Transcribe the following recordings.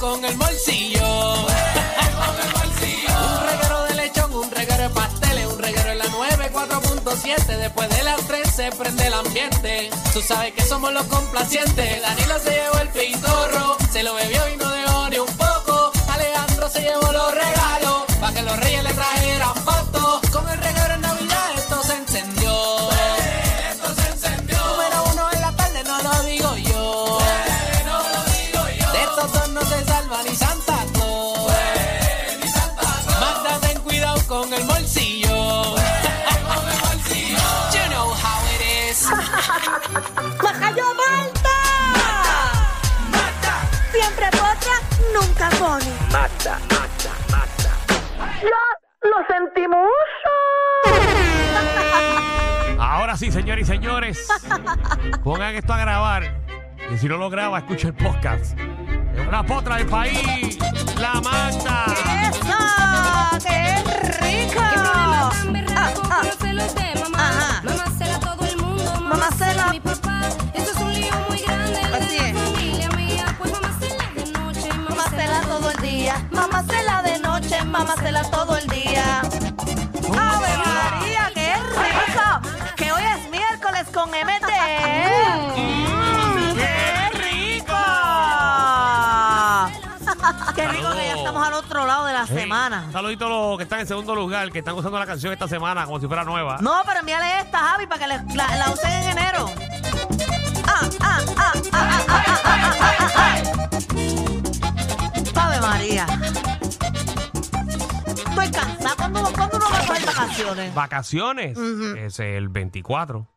con el bolsillo. Un reguero de lechón, un reguero de pasteles, un reguero en la 9, 4.7. Después de las 3 se prende el ambiente. Tú sabes que somos los complacientes. Danilo se llevó el pitorro, se lo bebió y no dejó ni un poco. Alejandro se llevó los regalos, para que los reyes le trajeran fotos. Con el reguero en Navidad esto se encendió. esto se encendió. Número uno en la tarde, no lo digo yo. no lo digo yo. De estos dos no se salva ni Santa Claus. Magda, ten cuidado con el bolsillo. You know how it is. ¡Majayo Malta! Siempre potra, nunca pone. ¡Lo, lo sentimos! Ahora sí, señores y señores, pongan esto a grabar. Y si no lo graba, escucha el podcast. Es una potra del país, la manda. ¡Eso! ¡Qué rico! Que mi mamá Ah, berraco, ah. pero se lo es de Ajá. mamá. Mamá se la todo el mundo, Mamá mamá se se la- la mi papá. Esto es un lío muy grande, el Así de es. la familia mía. Pues mamá se la de noche, Mamá se la todo el día, mamá se la de noche, mamá se la todo el día. ¡Ave María, qué rico! Que hoy es miércoles con MT. Mm, ¡Qué rico! ¡Qué rico que ya estamos al otro lado de la Hey, semana! un saludito a los que están en segundo lugar, que están usando la canción esta semana como si fuera nueva. No, pero envíale esta, Javi, para que la, la- la usen en enero. Ah, ah, ah, ah, ah, ah, ah, ah, ah, ah, ah. Ave María. Estoy cansada. ¿Cuándo, ¿cuándo uno va a coger vacaciones? Vacaciones es el 24.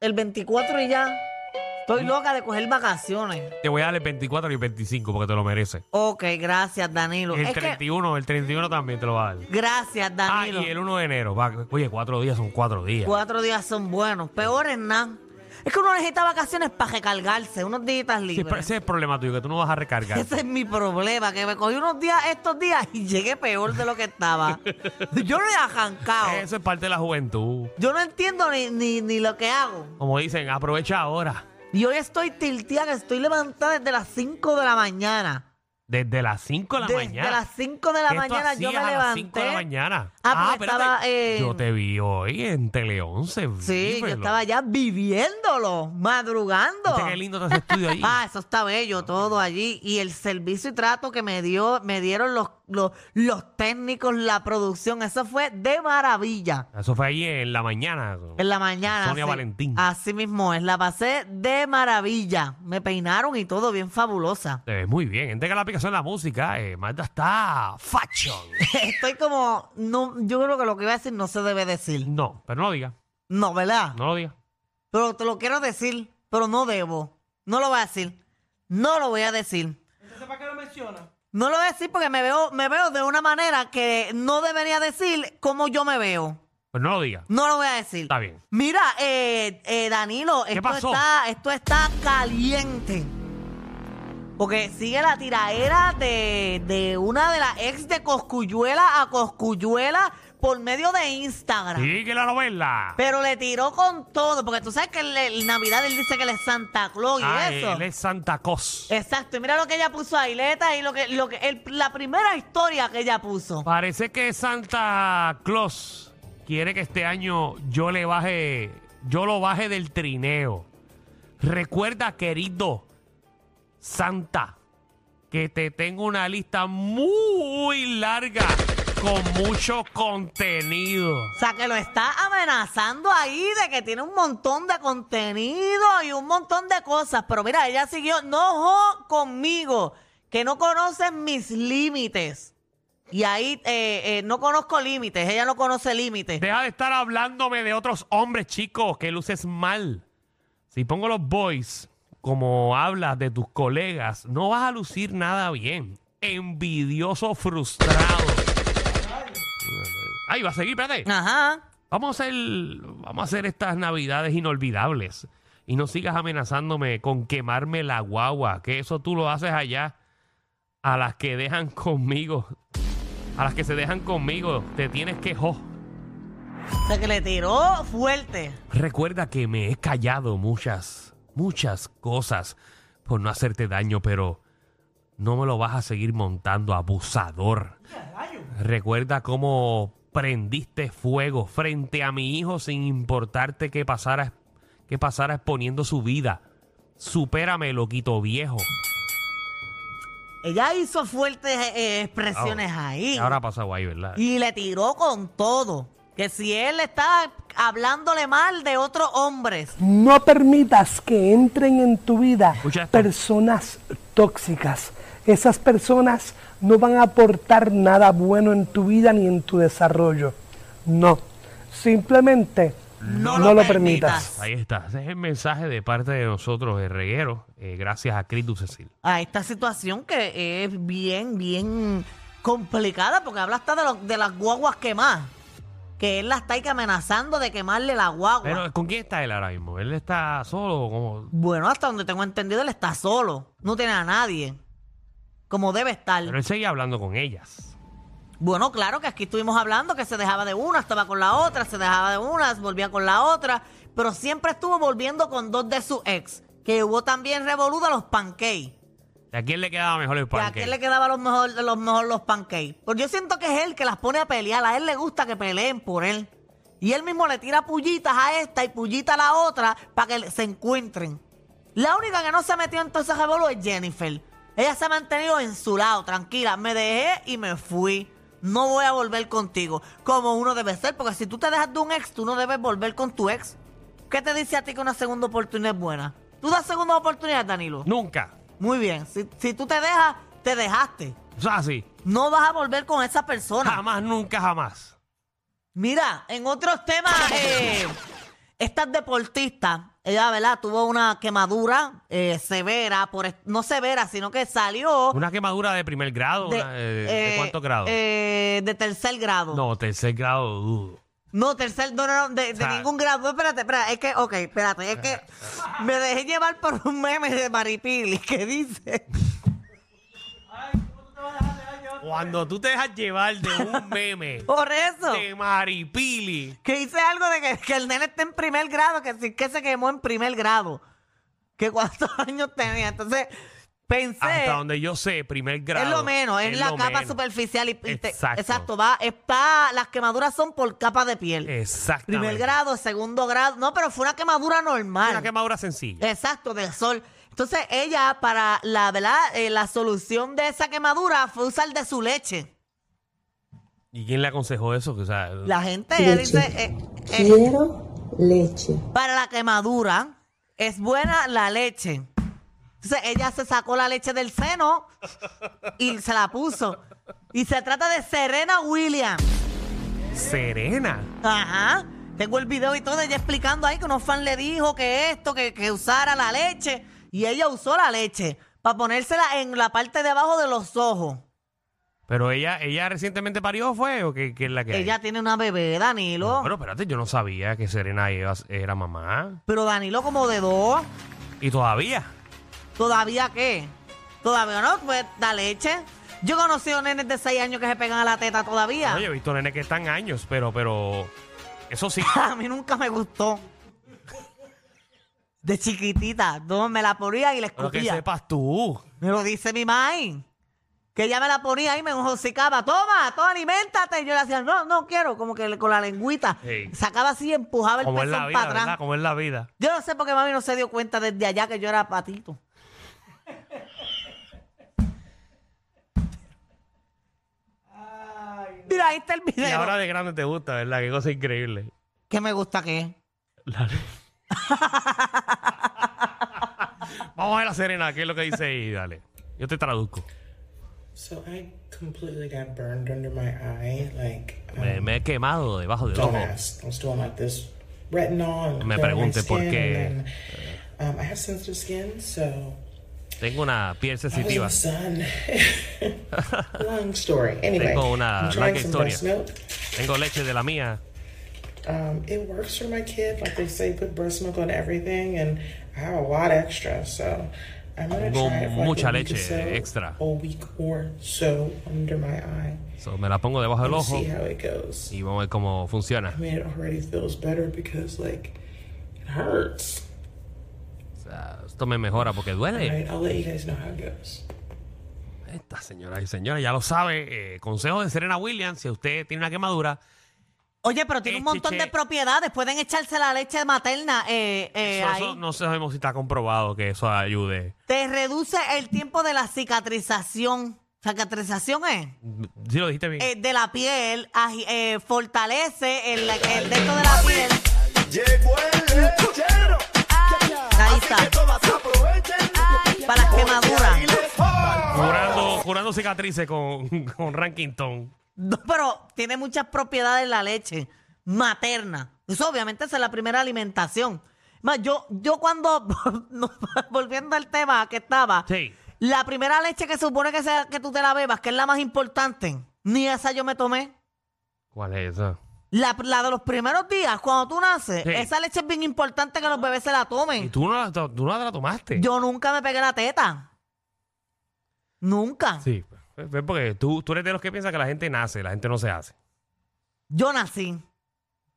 El 24 y ya. Estoy loca de coger vacaciones. Te voy a dar el 24 y el 25 porque te lo mereces. Ok, gracias, Danilo. El Es que- 31, el 31 también te lo va a dar. gracias, Ah, Danilo. y el 1 de enero. Va- Oye, cuatro días son cuatro días. Cuatro días son buenos. Peores nada. Es que uno necesita vacaciones para recargarse, unos días Sí, pero libres. ese es el problema tuyo, que tú no vas a recargar. Ese es mi problema, que me cogí unos días estos días y llegué peor de lo que estaba. Yo no he arrancado. Eso es parte de la juventud. Yo no entiendo ni, ni, ni lo que hago. Como dicen, aprovecha ahora. Y hoy estoy tilteada, que estoy levantada desde las 5 de la mañana. Desde las 5 de la desde mañana. las 5 de la ¿Qué tú mañana yo me hacías levanté. a las 5 de la mañana. Ah, porque espérate. estaba, eh, Yo te vi hoy en Tele 11. Sí, yo estaba ya viviéndolo, madrugando. Viste qué lindo está ese estudio allí. Ah, eso está bello todo allí. Y el servicio y trato que me dio, me dieron los, los, los técnicos, la producción, eso fue de maravilla. Eso fue ahí en la mañana. En la mañana. Sonia Valentín. Así mismo es, la pasé de maravilla. Me peinaron y todo bien fabulosa. Te ves muy bien. Entrega la aplicación de la música. Eh, Marta está fashion. Estoy como, no, yo creo que lo que iba a decir no se debe decir. No, pero no lo digas. No, ¿verdad? No lo digas. Pero te lo quiero decir, pero no debo. No lo voy a decir. No lo voy a decir. No lo voy a decir porque me veo, me veo de una manera que no debería decir cómo yo me veo. Pero no lo digas. No lo voy a decir. Está bien. Mira, eh, eh, Danilo, esto pasó? está, esto está caliente. Porque sigue la tiraera de, de una de las ex de Coscuyuela a Coscuyuela por medio de Instagram. Y que la novela. Pero le tiró con todo, porque tú sabes que el, el Navidad él dice que él es Santa Claus y Ah, eso. él es Santa Cos. Exacto, y mira lo que ella puso ahí, Leta, y lo que, lo que, el- la primera historia que ella puso. Parece que Santa Claus quiere que este año yo le baje, yo lo baje del trineo. Recuerda, querido Santa, que te tengo una lista muy larga con mucho contenido. O sea, que lo está amenazando ahí de que tiene un montón de contenido y un montón de cosas. Pero mira, ella siguió, no jo- conmigo, que no conocen mis límites. Y ahí eh, eh, no conozco límites, ella no conoce límites. Deja de estar hablándome de otros hombres, chicos, que luces mal. Si pongo los boys como hablas de tus colegas, no vas a lucir nada bien. Envidioso, frustrado. Ahí va a seguir, espérate. Ajá. Vamos a hacer, vamos a hacer estas navidades inolvidables. Y no sigas amenazándome con quemarme la guagua, que eso tú lo haces allá. A las que dejan conmigo. A las que se dejan conmigo, te tienes que jo. O sea, que le tiró fuerte. Recuerda que me he callado muchas, muchas cosas por no hacerte daño, pero no me lo vas a seguir montando, abusador. Recuerda cómo prendiste fuego frente a mi hijo sin importarte que pasara, que pasara exponiendo su vida. Supérame, loquito viejo. Ella hizo fuertes eh, expresiones ahí. Ahora pasa guay, ¿verdad? Y le tiró con todo. Que si él está hablándole mal de otros hombres. No permitas que entren en tu vida Escucha esto. personas tóxicas. Esas personas no van a aportar nada bueno en tu vida ni en tu desarrollo. No. Simplemente no, lo permitas. Ahí está. Ese es el mensaje de parte de nosotros, el reguero. eh, gracias a Cris Cecil. A esta situación que es bien, bien complicada. Porque habla hasta de, lo- de las guaguas que más. Que él la está ahí que amenazando de quemarle la guagua. Pero, ¿con quién está él ahora mismo? ¿Él está solo o cómo? Bueno, hasta donde tengo entendido, él está solo. No tiene a nadie. Como debe estar. Pero él seguía hablando con ellas. Bueno, claro que aquí estuvimos hablando que se dejaba de una, estaba con la otra, se dejaba de una, volvía con la otra, pero siempre estuvo volviendo con dos de sus ex, que hubo también revoluda los pancakes. ¿Y ¿A quién le quedaba mejor el Que a parque? quién le quedaba los mejor, los mejor los pancakes. Porque yo siento que es él que las pone a pelear, a él le gusta que peleen por él. Y él mismo le tira pullitas a esta y pullita a la otra para que se encuentren. La única que no se metió en todo ese revolú es Jennifer. Ella se ha mantenido en su lado, tranquila. Me dejé y me fui. No voy a volver contigo. Como uno debe ser, porque si tú te dejas de un ex, tú no debes volver con tu ex. ¿Qué te dice a ti que una segunda oportunidad es buena? ¿Tú das segunda oportunidad, Danilo? Nunca. Muy bien, si, si tú te dejas, te dejaste. O sea, así. No vas a volver con esa persona. Jamás, nunca, jamás. Mira, en otros temas, eh, esta deportista, ella, ¿verdad? Tuvo una quemadura eh, severa, por est- no severa, sino que salió Una quemadura de primer grado. de, una, eh, ¿De eh, cuánto grado? eh, de tercer grado. no, tercer grado dudo. No, tercer, no, no, no, de, de Ah. ningún grado. Espérate, espérate, es que, ok, espérate, es que me dejé llevar por un meme de Maripili que dice... Cuando tú te dejas llevar de un meme Por eso. de Maripili. Que hice algo de que, que el nene está en primer grado, que sí que se quemó en primer grado. Que cuántos años tenía. Entonces, pensé, Hasta donde yo sé, primer grado. es lo menos, es, la lo capa menos. superficial. Y, y te- Exacto. exacto, va, está, las quemaduras son por capa de piel. Exactamente. primer grado, segundo grado. No, pero fue una quemadura normal. Una quemadura Eh. sencilla. Exacto, del sol. Entonces, ella, para la, ¿verdad? Eh, la solución de esa quemadura fue usar de su leche. ¿Y quién le aconsejó eso? Que, o sea, La gente, ella Leche. dice, eh, eh, Quiero leche. Para la quemadura es buena la leche. Entonces ella se sacó la leche del seno y se la puso. Y se trata de Serena Williams. Serena. Ajá. Tengo el video y todo de ella explicando ahí que un fan le dijo que esto, que, que usara la leche. Y ella usó la leche para ponérsela en la parte de abajo de los ojos. Pero ella, ella recientemente parió, ¿fue? ¿O qué, qué es la que hay? Ella tiene una bebé, Danilo. Bueno, espérate, yo no sabía que Serena era, era mamá. Pero Danilo como de dos. Y todavía. ¿Todavía qué? ¿Todavía no? Pues da leche. Yo he conocido nenes de 6 años que se pegan a la teta todavía. Oye, he visto nene que están años, pero, pero. Eso sí. A mí nunca me gustó. De chiquitita, no, me la ponía y la Lo que escupía. sepas tú. Me lo dice mi mãe. Que ella me la ponía y me enjocicaba. Toma, toma, alimentate. Y yo le hacía, no, no quiero. Como que le- con la lengüita. Ey. Sacaba así y empujaba el Como es pezón la para vida, atrás. ¿verdad? Como es la vida. Yo no sé por qué mami no se dio cuenta desde allá que yo era patito. Mira, ahí está el Y video. ahora de grande te gusta, ¿verdad? Qué cosa increíble. ¿Qué me gusta qué? La- Vamos a ver a Serena, qué es lo que dice ahí, dale. Yo te traduzco. So I completely got burned under my eye, like Me, um, me he quemado debajo del ojo. dumbass. I was doing like this retinol and Me clearing my pregunte por skin, qué. and then, um, I have sensitive skin, so Tengo una piel I was in sensitiva. the sun. Long story. Anyway, Tengo una I'm trying larga some historia. breast milk. Tengo leche de la mía. Um, it works for my kid. Like they say, put breast milk on everything, and I have a lot extra, so I'm gonna Tengo try it for like mucha a week or leche so, extra. a week or so under my eye. So, me la pongo debajo Oh, del and ojo See how it goes. y vamos a ver cómo funciona. I mean, it already feels better because, like, it hurts. O sea, esto me mejora porque duele. Right? I'll let you guys know how it goes. Esta señora y señora ya lo sabe. eh, consejo de Serena Williams, si usted tiene una quemadura, Oye, pero tiene un Eche, montón che. de propiedades. Pueden echarse la leche materna eh, eh, eso- ahí. eso no sabemos si está comprobado que eso ayude. Te reduce el tiempo de la cicatrización. ¿Cicatrización es? Si lo dijiste bien. Eh, de la piel. agi- eh, fortalece el, el dentro de la piel. Llegó el lechero. Ahí está. Todas aprovechen. Para las quemaduras. Y les va. curando, eh. curando cicatrices con, con Rankington. No, pero tiene muchas propiedades la leche materna. Eso obviamente esa es la primera alimentación. Más, yo, yo cuando, no, volviendo al tema que estaba, Sí. la primera leche que se supone que, sea, que tú te la bebas, que es la más importante, ni esa yo me tomé. ¿Cuál es esa? La, la de los primeros días, cuando tú naces, Sí. esa leche es bien importante que los bebés se la Y tomen. tú no, la- tú no la tomaste. Yo nunca me pegué la teta. Nunca. Sí. Ves, Porque tú, tú eres de los que piensan que la gente nace, la gente no se hace. Yo nací.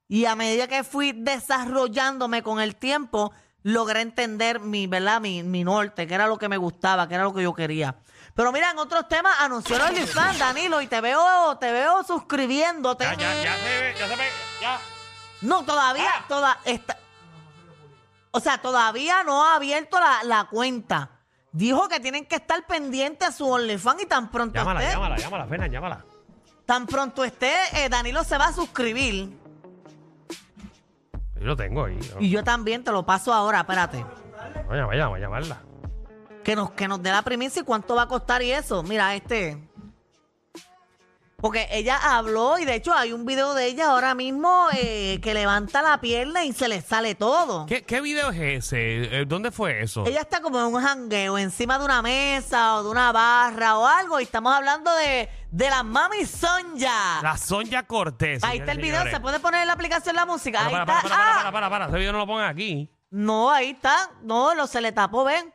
Y a medida que fui desarrollándome con el tiempo, logré entender mi, ¿verdad? Mi, mi norte, que era lo que me gustaba, que era lo que yo quería. Pero mira, en otros temas anunció el OnlyFans, Danilo, y te veo, te veo suscribiéndote. Ya, ya, ya se ve, ya se ve, ya. No, todavía, Ah. toda esta- O sea, todavía no ha abierto la, la cuenta. Dijo que tienen que estar pendientes a su OnlyFans y tan pronto Llámala, esté, llámala, llámala, Fena, llámala. tan pronto esté, eh, Danilo se va a suscribir. Yo lo tengo ahí. Y yo también te lo paso ahora, espérate. Vaya, vaya, voy a llamarla. Que nos, que nos dé la primicia y cuánto va a costar y eso. Mira, este. Porque ella habló y de hecho hay un video de ella ahora mismo eh, que levanta la pierna y se le sale todo. ¿Qué, qué video es ese? Eh, ¿Dónde fue eso? Ella está como en un jangueo encima de una mesa o de una barra o algo y estamos hablando de, de las mami Sonja. La Sonia Cortés. Ahí está el video, se puede poner en la aplicación la música. Para, ahí para, está. para, para, para, ¡Ah! para, para, para. Ese video no lo pongan aquí. No, ahí está. No, lo se le tapó, ven.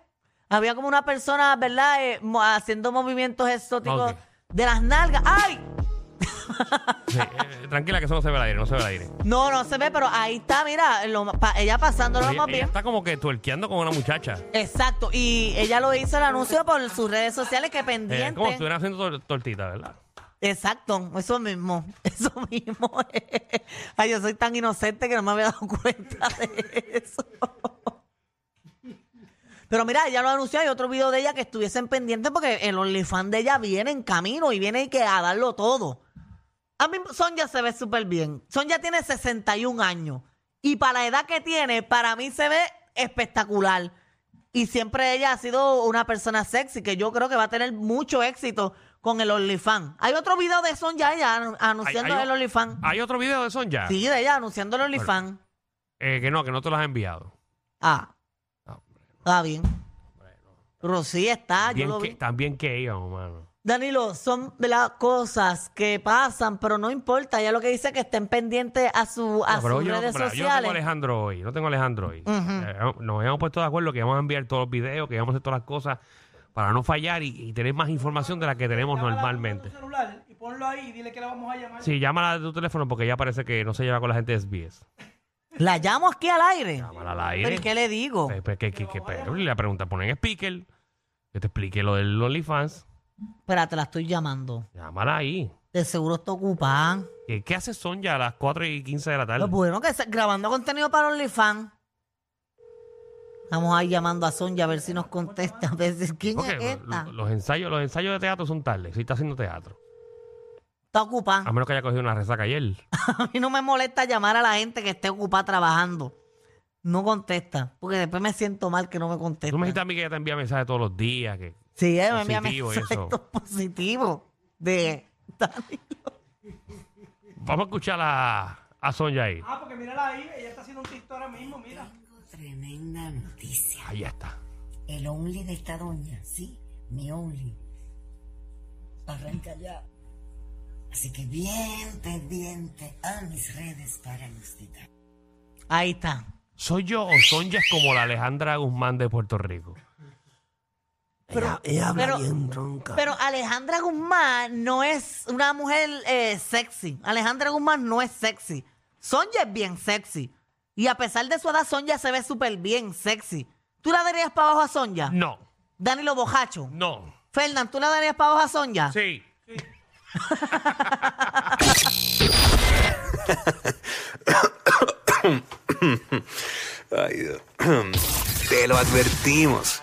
Había como una persona, ¿verdad? Eh, mo- haciendo movimientos exóticos Ok. de las nalgas. ¡Ay! Sí, eh, tranquila, que eso no se ve al aire, no se ve al aire. No, no se ve, pero ahí está, mira, lo ma- pa- ella pasándolo Ella- más ella bien. está como que tuerqueando con una muchacha. Eh, Exacto. Y ella lo hizo el anuncio por sus redes sociales que Eh, pendiente. como si estuviera haciendo tor- tortita, ¿verdad? Exacto, eso mismo, eso mismo. Ay, yo soy tan inocente que no me había dado cuenta de eso. Pero mira, ella lo anunció, hay otro video de ella que estuviesen pendientes porque el OnlyFans de ella viene en camino y viene que a darlo todo. A mí Sonja se ve súper bien. Sonja tiene 61 años y para la edad que tiene, para mí se ve espectacular. Y siempre ella ha sido una persona sexy que yo creo que va a tener mucho éxito con el OnlyFans. Hay otro video de Sonja ella anu- anunciando hay el o- Ah. OnlyFans. ¿Hay otro video de Sonja? Sí, de ella anunciando el OnlyFans. Eh, que no, que no te lo has enviado. Ah, Ah, hombre, está bien. Rosy está, Ah, yo bien lo que- vi. también que ella, mano. Danilo, son las cosas que pasan, pero no importa. Ya lo que dice que estén pendientes a, su, a No, pero sus yo, no- redes mira, yo no tengo a sociales. Alejandro hoy, no tengo a Alejandro hoy. Eh, nos habíamos puesto de acuerdo que vamos a enviar todos los videos, que vamos a hacer todas las cosas para no fallar y, y tener más información de la que tenemos normalmente. celular y ponlo ahí y dile que la vamos a llamar. Sí, llámala de tu teléfono porque ya parece que no se lleva con la gente de SBS. La llamo aquí al aire. Llámala al aire. ¿Pero ¿y qué le digo? Eh, pues, que- que- que- pero la pregunta ponen speaker, que te explique lo del OnlyFans, Espérate, la estoy llamando. llámala ahí. De seguro está ocupada. ¿Qué, qué hace Sonja a las 4 y 15 de la tarde? Lo bueno que se- grabando contenido para OnlyFans. Estamos ahí llamando a Sonja a ver si nos contesta. A ver si- quién Porque es esta. lo- los ensayos, los ensayos de teatro son tarde, si está haciendo teatro. Está A ocupada. menos que haya cogido una resaca ayer. A mí no me molesta llamar a la gente que esté ocupada trabajando. No contesta. Porque después me siento mal que no me contesta. Tú me dijiste a mí que ella te envía mensajes todos los días. Que... Sí, ella me envía Positivo, eso. mensajes positivos de Vamos a escuchar a, a Sonja ahí. Ah, porque mírala ahí, ella está haciendo un TikTok ahora mismo, mira. Tremenda noticia. Ahí está. El only de esta doña, sí, mi only. Arranca ya. Así que bien pendiente a mis redes para los detalles. Ahí está. ¿Soy yo o Sonja es como la Alejandra Guzmán de Puerto Rico? Pero, pero Alejandra Guzmán no es una mujer eh, sexy. Alejandra Guzmán no es sexy. Sonja es bien sexy. Y a pesar de su edad, Sonja se ve súper bien sexy. ¿Tú la darías para abajo a Sonja? No, Danilo Bojacho. no. Fernán, ¿tú le darías pavos a Sonia? Sí. Ay, Dios. Te lo advertimos.